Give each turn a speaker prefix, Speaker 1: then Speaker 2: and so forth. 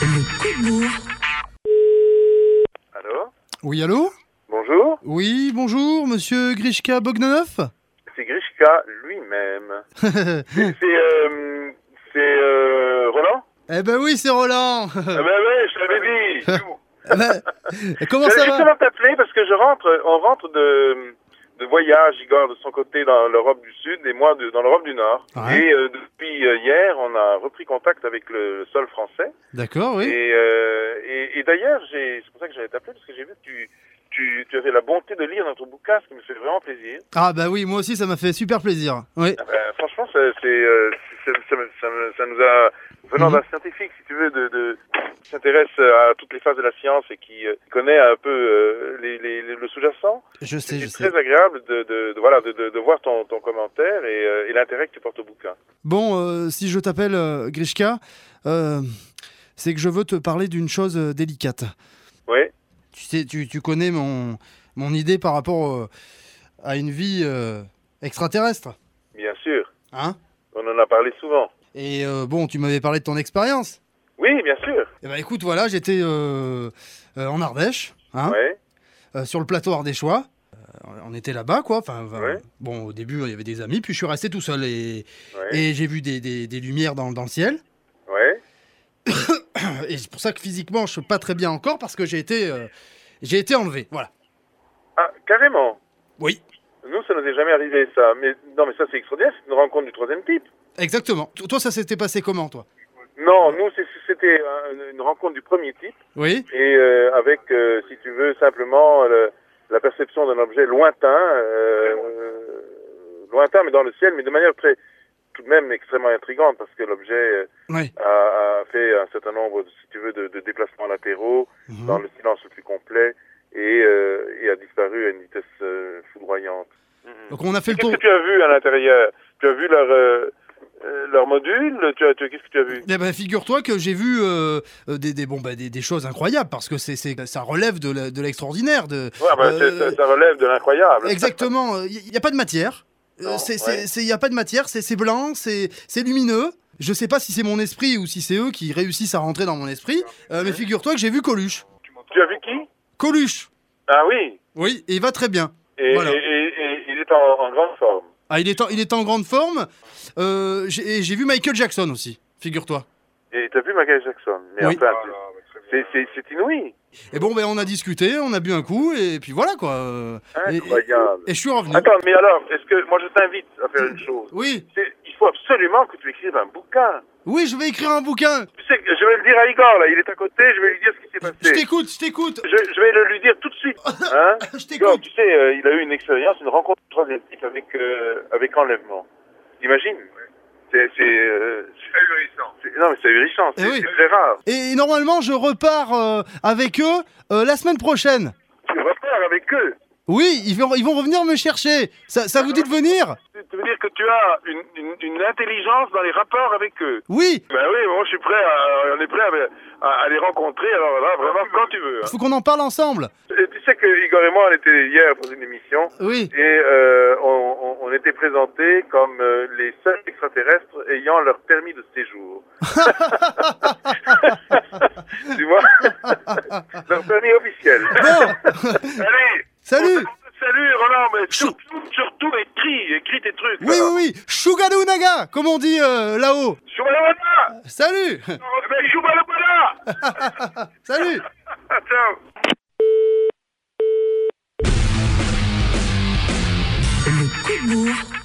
Speaker 1: le coup de bourre.
Speaker 2: Allô
Speaker 3: Oui, allô
Speaker 2: Bonjour
Speaker 3: Oui, bonjour, monsieur Grishka Bogdanov
Speaker 2: C'est Grishka lui-même. C'est euh, c'est, euh, Roland
Speaker 3: Eh ben oui, c'est Roland
Speaker 2: Ah ben ouais, je t'avais dit
Speaker 3: Eh ben, Comment
Speaker 2: J'allais
Speaker 3: ça va
Speaker 2: justement t'appeler parce que je rentre, on rentre de, de voyage, Igor, de son côté dans l'Europe du Sud et moi de- dans l'Europe du Nord.
Speaker 3: Ouais.
Speaker 2: Et euh, depuis euh, hier, on a repris contact avec le sol français.
Speaker 3: D'accord, oui.
Speaker 2: Et, euh, et, et d'ailleurs, j'ai- c'est pour ça que j'allais t'appeler, parce que j'ai vu que tu, tu, tu avais la bonté de lire notre bouquin, ce qui me fait vraiment plaisir.
Speaker 3: Ah bah oui, moi aussi, ça m'a fait super plaisir. Oui,
Speaker 2: Ah ben, franchement, ça, c'est, euh, c'est- ça, me- ça me- ça nous a, venant
Speaker 3: Mhm.
Speaker 2: d'un scientifique, si tu veux, de, de, qui s'intéresse à toutes les phases de la science et qui euh, connaît un peu euh, les, les- les- le sous-jacent,
Speaker 3: je sais, je
Speaker 2: c'est
Speaker 3: sais.
Speaker 2: très agréable de, de, de- voilà, de, de, de voir ton, ton commentaire et, euh, et l'intérêt que tu portes au bouquin.
Speaker 3: Bon, euh, si je t'appelle euh, Grishka, euh, c'est que je veux te parler d'une chose euh, délicate.
Speaker 2: Oui,
Speaker 3: Tu sais, tu, tu connais mon, mon idée par rapport euh, à une vie euh, extraterrestre,
Speaker 2: bien sûr.
Speaker 3: hein
Speaker 2: On en a parlé souvent.
Speaker 3: Et euh, bon, tu m'avais parlé de ton expérience.
Speaker 2: Oui, bien sûr.
Speaker 3: Eh ben écoute, voilà, j'étais euh, euh, en Ardèche, hein
Speaker 2: Ouais.
Speaker 3: euh, sur le plateau ardéchois. Euh, on était là-bas, quoi. Enfin, enfin,
Speaker 2: Ouais.
Speaker 3: bon, au début, il y avait des amis, puis je suis resté tout seul et,
Speaker 2: Ouais.
Speaker 3: et j'ai vu des, des- des lumières dans, dans le ciel. Euh,
Speaker 2: Ouais.
Speaker 3: Et c'est pour ça que physiquement, je suis pas très bien encore parce que j'ai été, euh, j'ai été enlevé. Voilà.
Speaker 2: Ah, carrément.
Speaker 3: Oui,
Speaker 2: Nous, ça nous est jamais arrivé, ça. Mais non, mais ça, c'est extraordinaire, c'est une rencontre du troisième type.
Speaker 3: exactement. To- Toi, ça s'était passé comment, toi
Speaker 2: Non, nous, c'est- c'était euh, une rencontre du premier type,
Speaker 3: Oui.
Speaker 2: et euh, avec, euh, si tu veux, simplement euh, le- la perception d'un objet lointain, euh, euh, lointain, mais dans le ciel, mais de manière très, tout de même extrêmement intrigante, parce que l'objet euh,
Speaker 3: Oui.
Speaker 2: a, a fait un certain nombre, si tu veux, de, de déplacements latéraux,
Speaker 3: Mhm.
Speaker 2: dans le silence le plus complet, et, euh, et a disparu à une vitesse euh, foudroyante.
Speaker 3: Donc on a fait le
Speaker 2: Mmh, Qu'est-ce que
Speaker 3: tour.
Speaker 2: tu as vu à l'intérieur Tu as vu leur, euh, euh, leur module tu as, tu- Qu'est-ce que tu as vu
Speaker 3: Eh ben, figure-toi que j'ai vu euh, euh, des, des- bon, bah, des, des choses incroyables parce que c'est, c'est- ça relève de, la- de l'extraordinaire. De...
Speaker 2: Ouais, bah, c'est-
Speaker 3: Euh,
Speaker 2: ça, ça relève de l'incroyable.
Speaker 3: Exactement. Il n'y a pas de matière.
Speaker 2: Non, ouais.
Speaker 3: Il n'y a pas de matière. C'est c'est blanc, c'est c'est lumineux. Je sais pas si c'est mon esprit ou si c'est eux qui réussissent à rentrer dans mon esprit. euh, mais figure-toi que j'ai vu Coluche.
Speaker 2: Tu as vu qui
Speaker 3: Coluche.
Speaker 2: Ah oui
Speaker 3: Oui, et il va très bien.
Speaker 2: et,
Speaker 3: Voilà.
Speaker 2: et- et- et il est en, en grande forme.
Speaker 3: Ah, il est en, il est en grande forme. Euh, j'ai et j'ai vu Michael Jackson aussi. Figure-toi.
Speaker 2: Et tu as vu Michael Jackson Mais
Speaker 3: Oui.
Speaker 2: enfin, c'est- c'est c'est inouï.
Speaker 3: Et bon, ben on a discuté, on a bu un coup, et puis voilà quoi. euh, et-
Speaker 2: Incroyable.
Speaker 3: Et, et je suis revenu.
Speaker 2: Attends, mais alors, est-ce que moi je t'invite à faire une chose
Speaker 3: Oui,
Speaker 2: C'est- Il faut absolument que tu écrives un bouquin.
Speaker 3: oui, je vais écrire un bouquin.
Speaker 2: Tu sais, que je vais le dire à Igor, là, il est à côté, je vais lui dire ce qui s'est
Speaker 3: Je
Speaker 2: passé.
Speaker 3: t'écoute, je t'écoute,
Speaker 2: Je, je vais le lui dire tout de suite. Hein
Speaker 3: je
Speaker 2: Igor,
Speaker 3: t'écoute.
Speaker 2: tu sais, euh, il a eu une expérience, une rencontre de troisième type avec, euh, avec enlèvement. T'imagines C'est. C'est euh, c'est ahurissant. C'est- Non, mais c'est ahurissant.
Speaker 3: Eh
Speaker 2: C'est
Speaker 3: oui.
Speaker 2: c'est très rare.
Speaker 3: Et normalement, je repars euh, avec eux euh, la semaine prochaine.
Speaker 2: Tu repars avec eux.
Speaker 3: Oui, ils vont, ils vont revenir me chercher. Ça, ça vous dit de venir
Speaker 2: Tu veux dire que tu as une, une- une intelligence dans les rapports avec eux
Speaker 3: Oui,
Speaker 2: Ben oui, moi je suis prêt à, euh, on est prêt à, à- à les rencontrer, alors là, vraiment quand tu veux.
Speaker 3: il
Speaker 2: hein.
Speaker 3: faut qu'on en parle ensemble.
Speaker 2: Et tu sais que Igor et moi, on était hier dans une émission,
Speaker 3: Oui,
Speaker 2: et euh, on, on- on était présentés comme euh, les seuls extraterrestres ayant leur permis de séjour. tu vois Leur permis officiel.
Speaker 3: bon,
Speaker 2: Allez
Speaker 3: salut
Speaker 2: Salut Roland, mais
Speaker 3: Chou-
Speaker 2: surtout, surtout écris, écris tes trucs.
Speaker 3: Oui,
Speaker 2: là.
Speaker 3: oui, oui, Shugadou Naga, comme on dit euh, là-haut.
Speaker 2: Choubalabala
Speaker 3: Salut,
Speaker 2: Mais Choubalabala
Speaker 3: salut
Speaker 2: Ciao
Speaker 1: Le coup de bourre.